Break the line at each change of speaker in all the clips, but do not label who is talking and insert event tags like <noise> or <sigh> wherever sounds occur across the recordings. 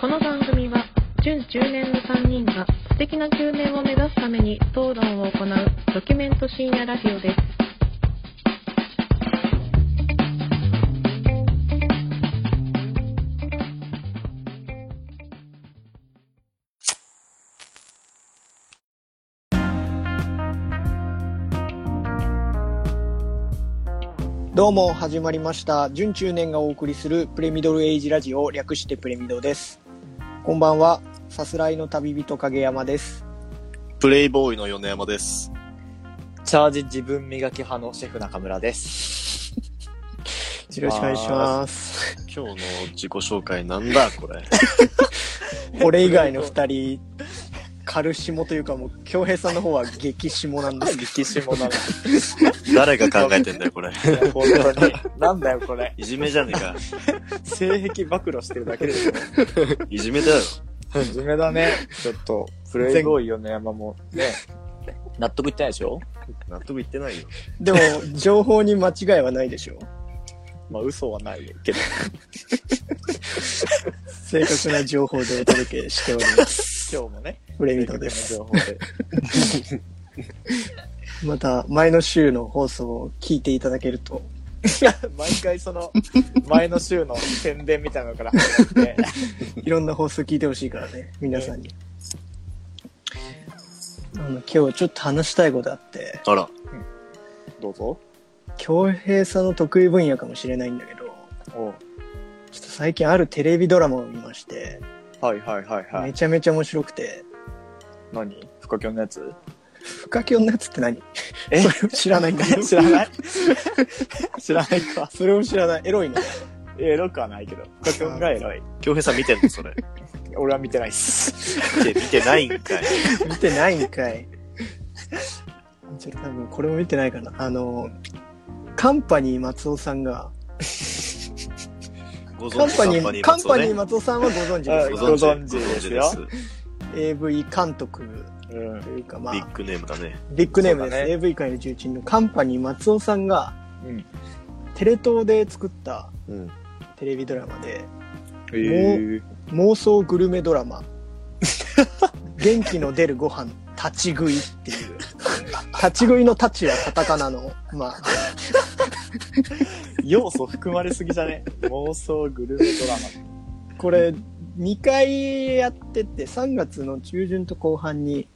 この番組は準10年の3人が素敵な9年を目指すために討論を行うドキュメント深夜ラジオです。
どうも始まりました準中年がお送りするプレミドルエイジラジオ略してプレミドですこんばんはさすらいの旅人影山です
プレイボーイの米山です。
チャージ自分磨き派のシェフ中村です。
よろしくお願いします
今日の自己紹介なんだこれ。
これ以外の二人軽下というかもう恭平さんの方は激下なんですけ
激しもなの。
誰が考えてんだよこれ。
本当に。なんだよこれ。
いじめじゃねえか。
性癖暴露してるだけでしょ。
いじめだよ。
真面目だね。ちょっと、プレイボーイ米山もね。納得いってないでしょ
納得いってないよ。
どでも情報に間違いはないでしょう
まあ嘘はないけど。
正確な情報でお届けしており <laughs> ます
今日もね。
プレミドです
情報で。
また前の週の放送を聞いていただけると
毎回その、前の週の宣伝みたいなのから始まって。
いろんな放送聞いてほしいからね、皆さんに。あの、今日ちょっと話したいことあって、
あら。
どうぞ。
京平さんの得意分野かもしれないんだけど、
おう
ちょっと最近あるテレビドラマを見まして、
はいはいはいは
め
い。
ちゃめちゃ面白くて、
何不可教のやつ
フカキョンのやつって何
え
それを知らないんだけど。
<laughs> 知らない知らないか。
それを知らない。エロいの。
エロくはないけど。深くんがエロい。
京平さん見てんのそれ。
俺は見てないっ <laughs> す。
見て、見てないんかい。
見てないんかい。ちょっと多分これも見てないかな。あの、カンパニー松尾さんが、
ご
カ
存
ン
知
パニー、カンパニー
松
松尾さんはご存知
尾
です
ね
よ。
ご
ご
存
存
知
知
ご
で
存知
す
で
よ
す。
AV 監督
うん
と。いうか、まあ
ビ、ッグネームだね。
ビッグネームです、
そうだね
AV 界の重鎮のカンパニー松尾さんが
うん。
テレ東で作った
うん。
テレビドラマで
えー、
妄想グルメドラ
<laughs>
マ「元気の出るご飯立ち食い」っていう立ち食いの立ちはカタカナのまあ
要素含まれすぎじゃね妄想グルメドラ
これ2回やってて3月の中旬と後半に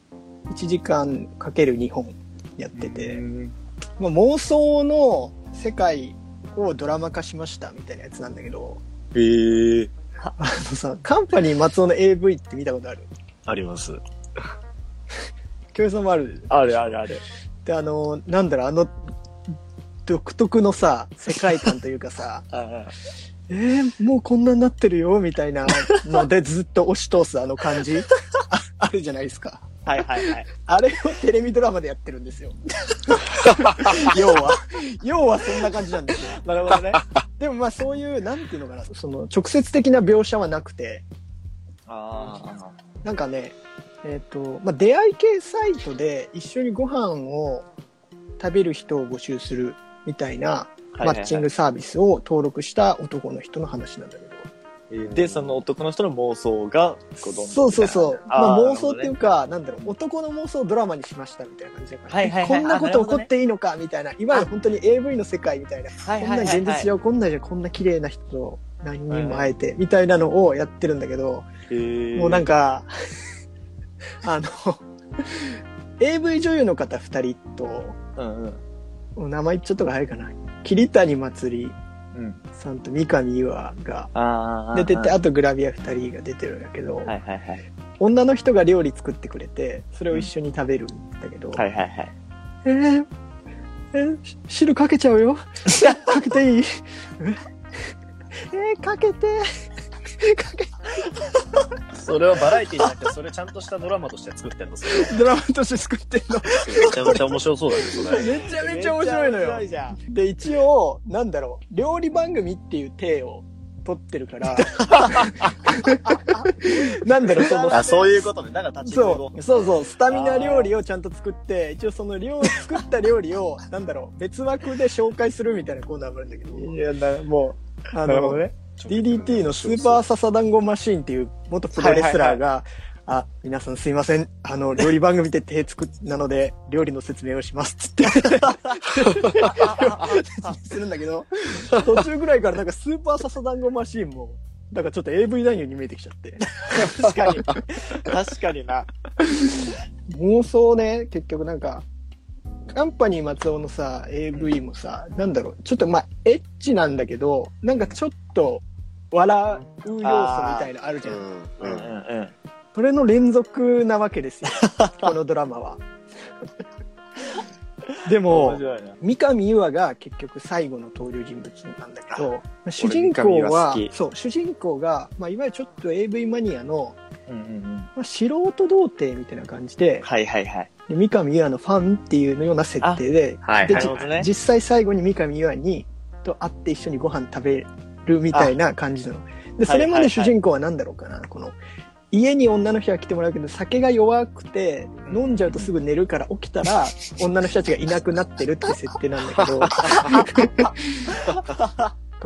1時間かける2本やっ
マ。
てて、
うん
まあ、妄想の世界をドラマ化しましたみたいなやつなんだけど
えー、
あのさカンパニー松尾の AV って見たことある
あります。
共演さんもある
あるあるある。
であのなんだろうあの独特のさ世界観というかさ
あー
<laughs> えー、もうこんなになってるよみたいなのでずっと押し通すあの感じああるじゃないですか
はいはいはい。
あれをテレビドラマでやってるん <laughs> ですよ要は要はそんな感じなんですよ
なるほどね。
でもまあそういうなんていうのかなその直接的な描写はなくて
あ
なんかね、えっ、と、まあ、出会い系サイトで一緒にご飯を食べる人を募集するみたいな
ー
マッチング。サービスを登録した男の人の話なんだけど。
で、その男の人の妄想が、こうどんどん
そうそうそう。まあ、
ー
妄想っていうか、なんだろう、男の妄想をドラマにしましたみたいな感じだから、
はいはいはい
えこんなこ
あな
と
る
起
ほど
こ
ね
っていいのかみたいな、いわゆる本当に AV の世界みたいな、
は
こ
い
ん
はい
な
は
ん
い
現実
はい
上、こんなんじゃこんな綺麗な人と何人も会えてみたいなのをやってるんだけど、
えー
もうなんか、あの、AV 女優の方2人と、
うんうん。
もう名前言っちゃった方が早いかな。桐谷まつり
うん。
さんと三上優愛が
ああ。
出てて、
は
あとグラビア2人が出てるんだけど、
いはいはい。
女の人が料理作ってくれて、それを一緒に食べるんだけど、
はいはいはい。
えー、えーし汁かけちゃうよ。かけていいえー、かけて。かけ
それはバラエティじゃなくて、それちゃんとしたドラマとして作ってんのそれ。
ドラマとして作ってんの。
めちゃめちゃ面白そうだね、それ。
めちゃめちゃ面白いのよ。
めっちゃ面白い
で一応なんだろう料理番組っていう体を取ってるから
<laughs>
なんだろうその
あ、そういうことね。だから立ち上
そうそうそうスタミナ
あー
料理をちゃんと作って一応その料作った料理
<laughs>
をなんだろう別枠で紹介するみたいなコーナーもあるんだけど
<laughs> じゃん。いや、なもう、
あ
なるほ
の、
どね。
DDT のスーパーササダンゴマシーンっていう元プロレスラーが、あ、皆さんすいません。あの、料理番組で手作っなので、料理の説明をします。つって。するんだけど、途中ぐらいからなんかスーパーササダンゴマシーンも、なんかちょっと AV 男優に見えてきちゃって。
確かに。確かにな。
妄想ね、結局なんか、カンパニー松尾のさ、AV もさ、なんだろう、ちょっとまあ、エッチなんだけど、なんかちょっと、笑う要素みたいなのあるじゃん。
う
うんん
うんうん。
それの連続なわけですよ <laughs> このドラマはでも
白いな。
三上優愛が結局最後の登竜人物なんだけど主人
俺三上
公
優愛
は
好き
そう主人公が、まあ、いわゆるちょっと AV マニアの、
うんうんうん。
まあ、素人童貞みたいな感じで
はいはいはい。
で三上優愛のファンっていうような設定で
はい
で
な
じ
るほどね。
実際最後に三上優愛にと会って一緒にご飯食べるみたいな感じなのでそれまで主人公は何だろうかな、この家に女の人が来てもらうけど酒が弱くて飲んじゃうとすぐ寝るから起きたら女の人たちがいなくなってるって設定なんだけ <laughs> ど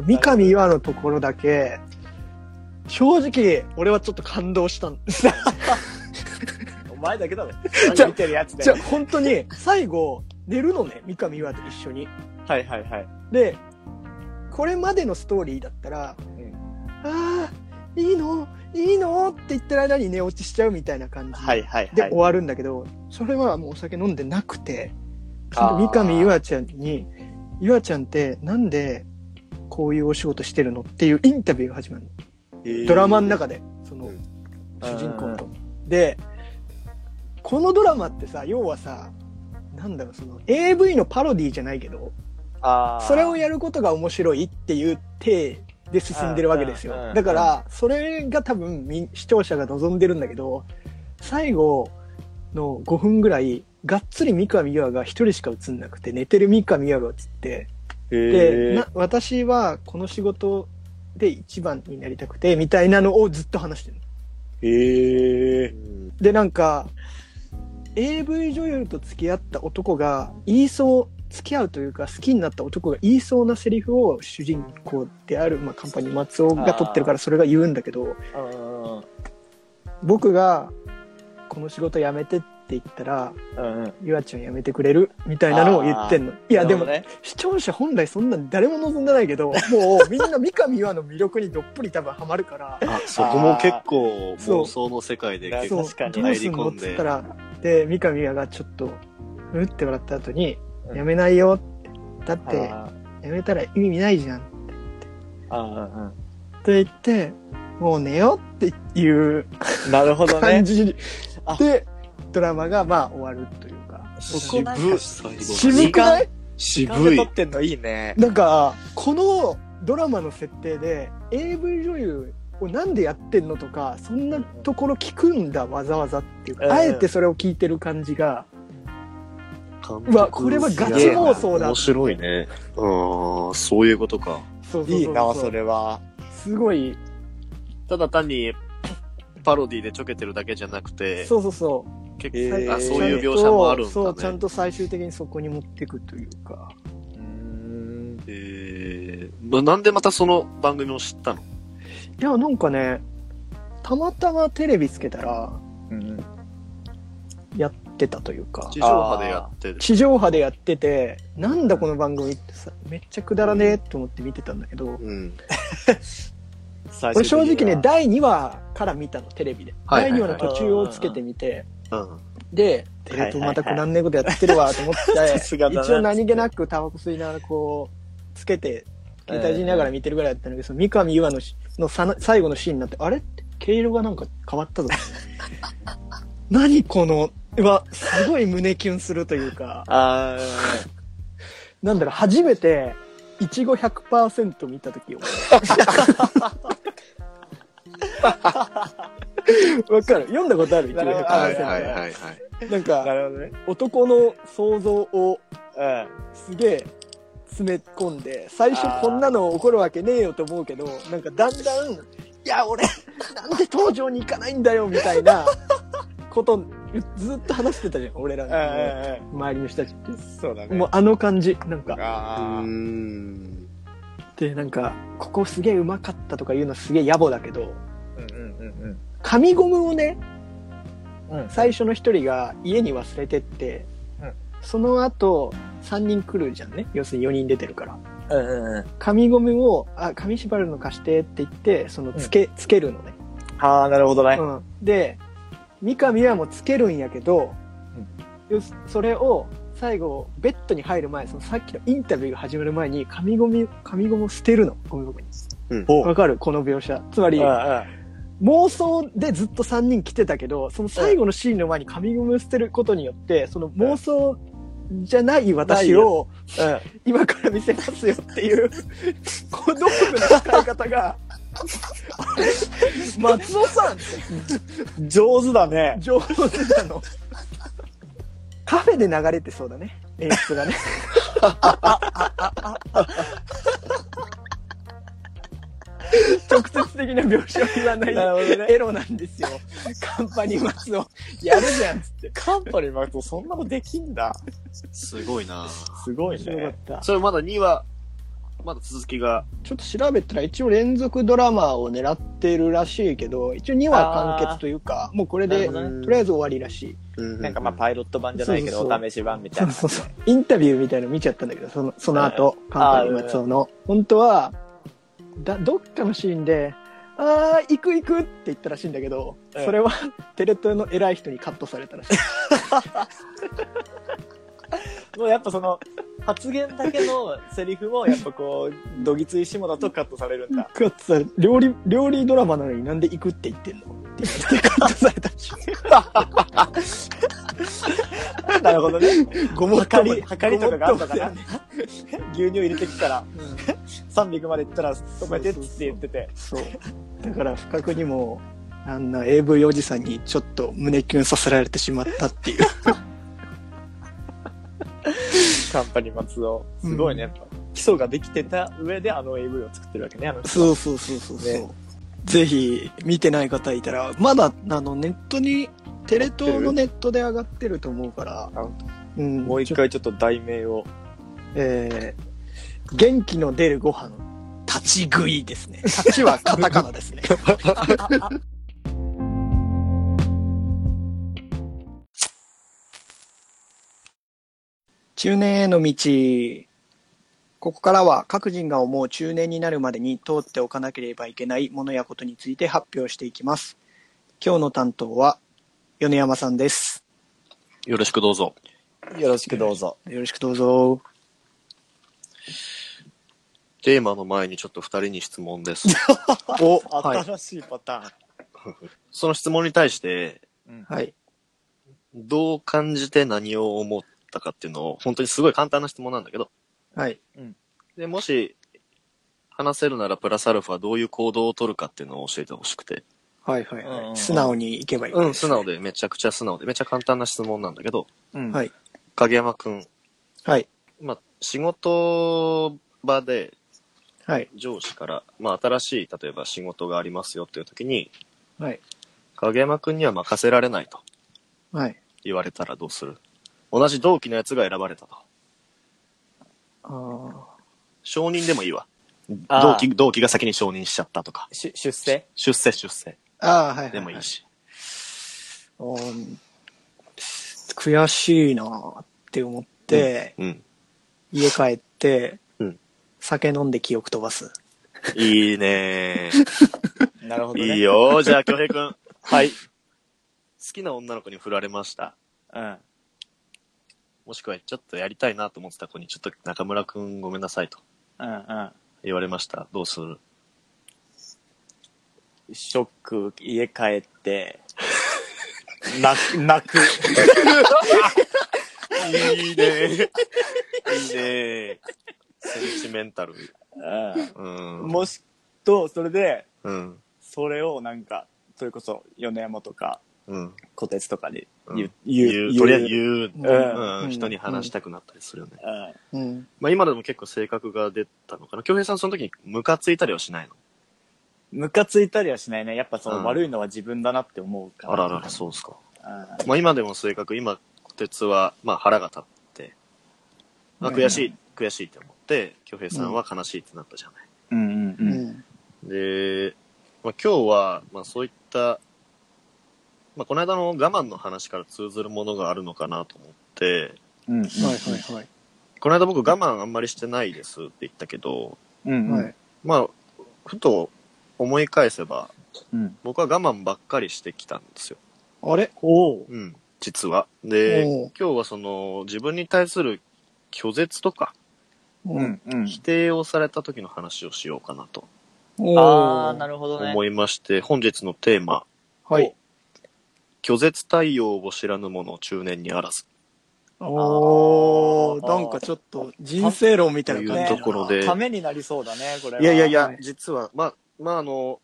三上優愛のところだけ正直俺はちょっと感動したんです
お前だけだね。
じゃ
見てるやつで
じゃ。あ本当に最後寝るのね三上優愛と一緒に。
はいはいはい。
でこれまでのストーリーだったら「
うん
あーいいのいいの?」って言ってる間に寝落ちしちゃうみたいな感じ
はいはい
で
はい
終。わるんだけど、それはもうお酒飲んでなくてそ
あ
の
ー
三上優愛ちゃんに「優愛ちゃんってなんでこういうお仕事してるの?」っていうインタビューが始まるのドラマの中でその
うん
主人公と。でこのドラマってさ要はさなんだろうその AV のパロディじゃないけど、
あー
それをやることが面白いっていう体で進んでるわけです
うんうんう
よ。
ん
だから、それが多分み視聴者が望んでるんだけど、最後の5分ぐらい、がっつり三上優愛が一人しか映んなくて、寝てる三上優愛が映って、
へ
で、
ー
な私はこの仕事で一番になりたくて、みたいなのをずっと話してる。
へえ。
で、なんか、AV 女優と付き合った男が言いそう、付き合うというか好きになった男が言いそうなセリフを主人公である、まあ、カンパニー松尾が取ってるからそれが言うんだけど、
うん
僕がこの仕事辞めてって言ったら、
うんうん。
ゆあちゃん辞めてくれるみたいなのを言ってんの。い
い
や、でも、視聴者本来そんなん誰も望んでないけど、もうみんな三上優愛の魅力にどっぷり多分ハマるから、
あ、そこも結構
そう
妄想の世界で結
そう、ど
構
う
確かに
すんの
入り込
っ
んで
つったら、で、三上がちょっと、うって笑った後に、
うん
やめないよって、だって、や
あ
めたら意味ないじゃんっ
ーあ
て言って、もう寝ようっていう
ー、うん。なるほどね
感。じで
あ、
ドラマがまあ終わるというか。
そこなんか
渋い最後
渋くない
時間
渋
で
い
撮ってんのいいね。
なんか、このドラマの設定で、AV 女優をなんでやってんのとか、そんなところ聞くんだ、わざわざっていう
うん
か、あえてそれを聞いてる感じが、
監
うわこれはガ
チ
妄想だ
面白いねうんそういうことか
そうそうそうそう
いいな、それは。
すごい、
ただ単にパロディでちょけてるだけじゃなくて
そうそうそう。
結
え
構、
ー
あそういう描写もあるん
そうそうち
だ
ゃん
ね
と最終的にそこに持っていくというか
うん。
えーまなんでまたその番組を知ったの
いやなんかねたまたまテレビつけたらやってたというか
地上波でやってる
地上波でやっててなんだこの番組ってさめっちゃくだらねえと思って見てたんだけど
うん
最
俺正
終
直
的には
ね、第2話から見たのテレビで、
はいはいはい
第2話の途中をつけてみて
うん
でテレ東またくだんねえことやって <laughs> るわと思って、
さすがだな
一応何気なくタバコ吸いながらこうつけて携帯しながら見てるぐらいだったんだけど、その三上優愛のしのさな最後のシーンになってあれって毛色がなんか変わった <laughs> ぞ何このうわすごい胸キュンするというか
あ
なんだろう初めていちご100%見た時を <laughs> わかる読んだことあるいちご100%、
はいはいはいはい
なん
あ、な
か
るほどね。
男の想像を
うん。
すげえ詰め込んで最初こんなの起こるわけねえよと思うけどなんかだんだんいや俺なんで東京に行かないんだよみたいなことずっと話してたじゃん俺ら
うん
の
うん
周りの人たちって
うん。そうだね。
もうあの感じなんか
あ
う
ー
ん
でなんかここすげえうまかったとか言うのすげえ野暮だけど
うんうん
紙ゴムをね
うんうん。
最初の一人が家に忘れてって、
うん
その後3人来るじゃんね要するに4人出てるから
うんうんうん。
紙ゴムを「あ紙縛るの貸して」って言ってそのつけ,、つけるのね、
ああ、なるほどね。
うん、で三上はもうつけるんやけど、要すそれを最後ベッドに入る前そのさっきのインタビューが始まる前に紙ゴミ紙ゴムを捨てるのゴミ箱に
お
わかるこの描写つまり
あ
妄想でずっと3人来てたけどその最後のシーンの前に紙ゴム捨てることによってその妄想じゃない私を
あ、うん。
今から見せますよっていう小道具の使い方があれ松尾さんって
上手だね。
上手なのカフェで流れてそうだね演出がね直接的な描写を言わない
なるほどね
エロなんですよカンパニーマスをやるじゃんっつって
カンパニー巻くとそんなのできんだ。
すごいな
すごい
面白かっ
ね。
た
それまだ2話、まだ続きが。
ちょっと調べたら一応連続ドラマを狙ってるらしいけど一応2話完結というかもうこれ
な
で
るほど
とりあえず終わりらしい
なんかまあパイロット版じゃないけ
そ
ど、
うそうそう
お試し版みた
そ
いうな。
そうそう。インタビューみたいなの見ちゃったんだけど、その、その後、カンパニー松尾の。本当は、だ、どっかのシーンで、あー、行く行くって言ったらしいんだけど、
うん
それは、 <laughs> テレ東の偉い人にカットされたらし
<laughs>
い。
もうやっぱその、発言だけのセリフも、やっぱこう、どぎつい下だとカットされ
<laughs>
るんだ。
カットされ、料理、料理ドラマなのになんで行くって言ってんのって言ってカットされたらしい。
なるほどね。
ご
はかり、は
は
か
か
り
り
と
とか
かが
が
あ
あ
っ
ったたか
かな
な。
牛乳入れてきたら、300までいったら止めてっつって言ってて。
そう。だから、不覚にも、あんな AV おじさんにちょっと胸キュンさせられてしまったっていう。
カンパニー松尾。すごいね、やっぱ。基礎ができてた上であの AV を作ってるわけね、あの人
<laughs> そうそうそうそうそう、
ね
ぜひ見てない方いたらまだあのネットにテレ東のネットで上がってると思うから
あ、
うん、
もう一
ちょっ
回ちょっと題名を。
と、えー元気の出るご飯立ち食いですね <laughs> 立ちはカタカナですね <laughs> 中年への道ここからは各人が思う中年になるまでに通っておかなければいけないものやことについて発表していきます。今日の担当は米山さんです。
よろしくどうぞ。
よろしくどうぞ。
よろしくどうぞ。
テーマの前にちょっと二人に質問です。
お、はい。
新しいパターン。
その質問に対して、
はい。
どう感じて何を思ったかっていうのを、本当にすごい簡単な質問なんだけど、
はい。
で、もし、話せるならプラスアルファどういう行動を取るかっていうのを教えてほしくて。
はいはい
うんう
は
ん
い。素直にいけばいい。
うん、素直で、めちゃくちゃ素直で、めちゃ簡単な質問なんだけど、
うん
はい。
影山くん、
はい。
まあ、仕事場で
はい。
上司から、まあ、新しい、例えば仕事がありますよっていう時に、
はい。
影山くんには任せられないと
はい。
言われたらどうする同じ同期のやつが選ばれたと。
ああ。
承認でもいいわ。
あー
同期、同期が先に承認しちゃったとか。
し出世
出世、出世。
ああ、はい。
でもいい。し。
うん悔しいなーって思って、
うん。
家帰って、
うん
酒飲んで記憶飛ばす。
いいねー
なるほ
いい。よーじゃあ、京平くん。好
<laughs> はい。
きな女の子に振られました。
うん。
もしくは、ちょっとやりたいなと思ってた子に、ちょっと中村くんごめんなさいと
うんうん。
言われました。どうする
ショック、家帰
<laughs>
って、泣く、泣く。
いいねーいいねーセンチメンタル。うん。
うん。もし、と、それで、
うん。
それをなんか、それこそ、米山とか、
うん。
小鉄とかに
う
言う、
ん
言う、
言うとりあえず
う。
言う。
うん
うん。人に話したくなったりするよね。
うん。
うん。
まあ今でも結構性格が出たのかな。京平さんその時にムカついたりはしないの
ムカついたりはしないね。やっぱその、
うん
悪いのは自分だなって思うから。
あららら、そうですか。
うん。
まあ今でも性格、今、小鉄は、まあ腹が立って、まあ悔しいっ悔しいって思って、京平さんは悲しいってなったじゃない。
うんうんうん。
ん。
で、まあ、今日は、まあ、そういった、まあ、この間の我慢の話から通ずるものがあるのかなと思って、
うん。はい
はいはいはい。
この間僕我慢あんまりしてないですって言ったけど、
うんう
は
ん
い。
まあ、ふと思い返せば、
うん。
僕は我慢ばっかりしてきたんですよ。
あれ
おう。
うん、実は。で
おう、
今日はその自分に対する拒絶とか
う
う。んうん。
否定をされた時の話をしようかなと
ああ、な
る
るほどね。
思いまして、本日のテーマ、
ほはい。
拒絶対応を知らぬ者を中年にあらず
おー、
あー
なんかちょっと人生論みた
と
い
い
な感
う
じ
ところで、
ためになりそうだね、これは。
いやいやいや
はい、
実は、まあ、まああの、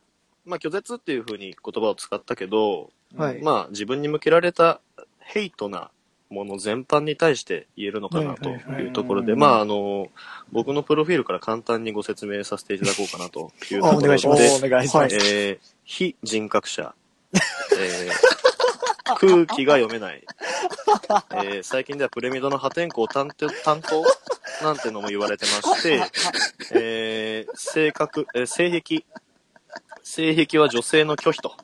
まあ拒絶っていうふうに言葉を使ったけど、
はい
まあ自分に向けられたヘイトなもの全般に対して言えるのかなというところで、
はい
ま
はいはい
ああの、僕のプロフィールから簡単にご説明させていただこうかなというと
あ
ころ
お
で、
願いします
お願いします。
えー非人格者、えー空気が読めない、えー最近ではプレミドの破天荒担当担当なんてのも言われてまして、えー性格、えー性癖、性癖は女性の拒否と。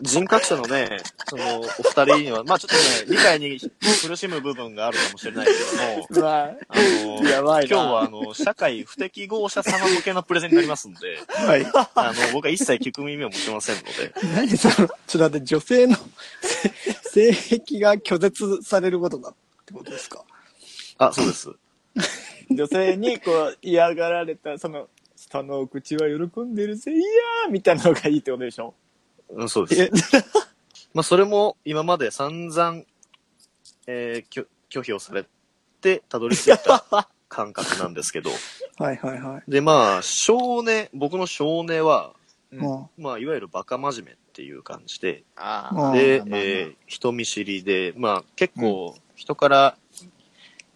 人格者のね、その、お二人には、まあちょっとね、理解に苦しむ部分があるかもしれないけども、
うわ
あの
やばいな
今日は、あの、社会不適合者様向けのプレゼンになりますん
<laughs>
で、
はい。
あの、僕は一切聞く耳を持ちませんので、
何その、ちょっと待って、女性の <laughs> 性癖が拒絶されることだってことですか
あ、そうです。
女性にこう嫌がられた、その、下のお口は喜んでるぜ、いやーみたいなのがいいってことでしょ
うん、そうです。
<laughs>
まあ、それも今まで散々、えー拒拒否をされて、たどり着いた感覚なんですけ
<laughs>
ど、
はいはいはい。
で、まあ、少年、僕の少年は、
うん
も
まあ、いわゆるバカ真面目っていう感じで、
あ
ー
で、え
まあまあ
ー人見知りで、まあ、結構、人から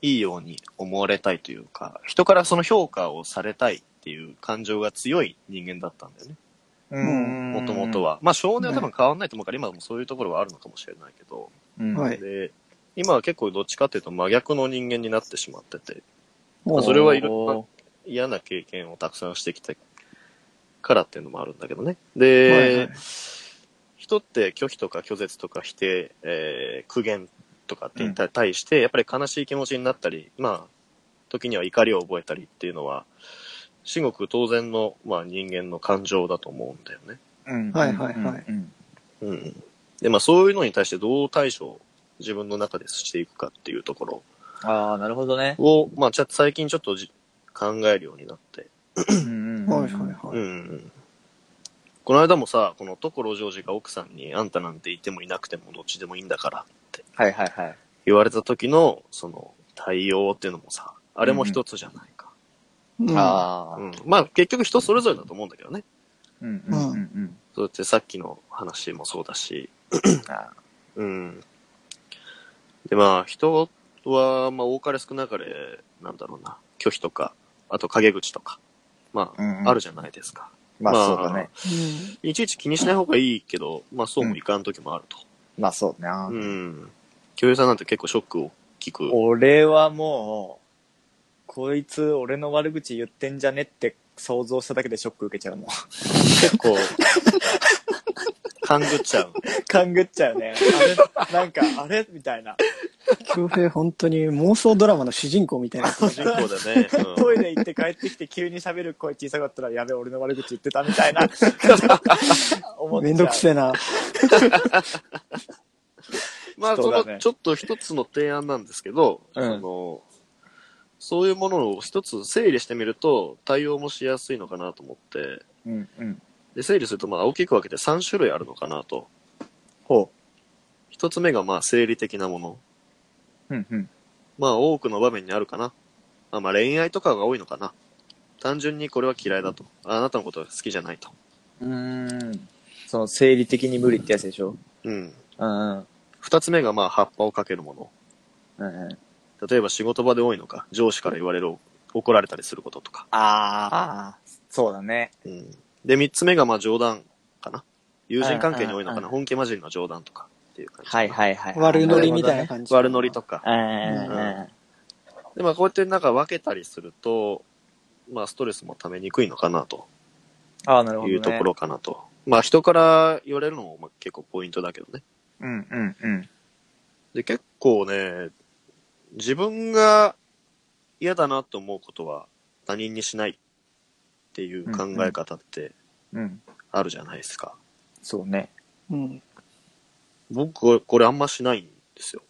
いいように思われたいというか、人からその評価をされたいっていう感情が強い人間だったんだよね、
ん
もともと。は。まあ、少年は多分変わんないと思うから、今もそういうところはあるのかもしれないけど、
うん
はい
で、今は結構どっちかっていうと真逆の人間になってしまってて、
う、
あそれはいろ
おー
嫌な経験をたくさんしてきたからっていうのもあるんだけどね。で、
はいはい
人って拒否とか拒絶とか否定、えー苦言とかってに対対して、やっぱり悲しい気持ちになったり、まあ、時には怒りを覚えたりっていうのは、至極当然の、まあ、人間の感情だと思うんだよね。
うん
はいはいはい。
うん
うん。で、まあ、そういうのに対してどう対処を自分の中でしていくかっていうところ
ああ、なるほどね。
を、まあ、ちゃ最近ちょっとじ考えるようになって、
うん
はいはいは
う
い。
ん。この間もさ、この所ジョージが奥さんに、あんたなんていてもいなくてもどっちでもいいんだからって
はいはいはい。
言われた時の、その、対応っていうのもさ、あれも一つじゃないか。
うん
あ
う
あ。
ん。まあ結局人それぞれだと思うんだけどね。
うん
うんうん
ん
そうやってさっきの話もそうだし、
あ
うん。でまあ人は、まあ多かれ少なかれ、なんだろうな、拒否とか、あと陰口とか、まあ、
うんうん
あるじゃないですか。
まあ
まあ
そうだね。
いちいち気にしない方がいいけど、まあそうもいかん時もあると。
まあそうね。
うん。共有さんなんて結構ショックを聞く。
俺はもう、こいつ俺の悪口言ってんじゃねって想像しただけでショック受けちゃうもん。
結構、勘ぐっちゃう。
勘ぐっちゃうね。あれ、なんか、あれみたいな。
京平本当に妄想ドラマの主人公みたいな。
主人公だね。うん
トイレ行って帰ってきて急に喋る声小さかったら、やべ、俺の悪口言ってたみ
<laughs>
たいな。思っちゃう
めんどくせえな。
まあ、
人
そ
だね
の、ちょっと一つの提案なんですけど、
うん
その、そういうものを一つ整理してみると、対応もしやすいのかなと思って、
うんうん。
で、整理すると、まあ、大きく分けて3種類あるのかなと。
ほ
一つ目が、まあ、生理的なもの。
う。うんうん。
まあ、多くの場面にあるかな。まあ、まあ、恋愛とかが多いのかな。単純にこれは嫌いだと。あなたのことが好きじゃないと。
うーん。その、生理的に無理ってやつでしょ
うん。
うんうん。
二つ目がまあ葉っぱをかけるもの。
うんうん。
例えば仕事場で多いのか、上司から言われる、怒られたりすることとか。
ああ、そうだね。
うん、で、三つ目がまあ冗談かな。友人関係に多いのか
うんうんうんう
な。
ん
本気混じりの冗談とか。っていう感じ。
はいはいはい。
悪ノリみたいな感じ。
悪ノリとか。
うん。
で、まあこうやってなんか分けたりすると、まあストレスもためにくいのかなと
ああ、なるほど、ね。
いうところかなと。まあ人から言われるのもまあ結構ポイントだけどね。
うんうんうん。
で、結構ね、自分が嫌だなと思うことは他人にしないっていう考え方って
うん。
あるじゃないですか。
そうね。
うん。
僕、これあんましないんですよ。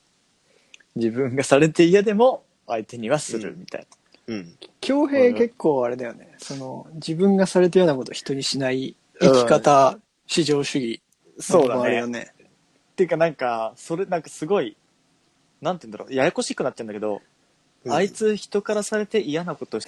自分がされて嫌でも相手にはするみたい
うん。
恭平結構あれだよね。その、自分がされたようなことを人にしない生き方、至上主義。
な。そうだ
あれ
ね。
よね。
っていうかなんか、それなんかすごい、なんて言うんだろう、ややこしくなっちゃうんだけど、あいつ人からされて嫌なことし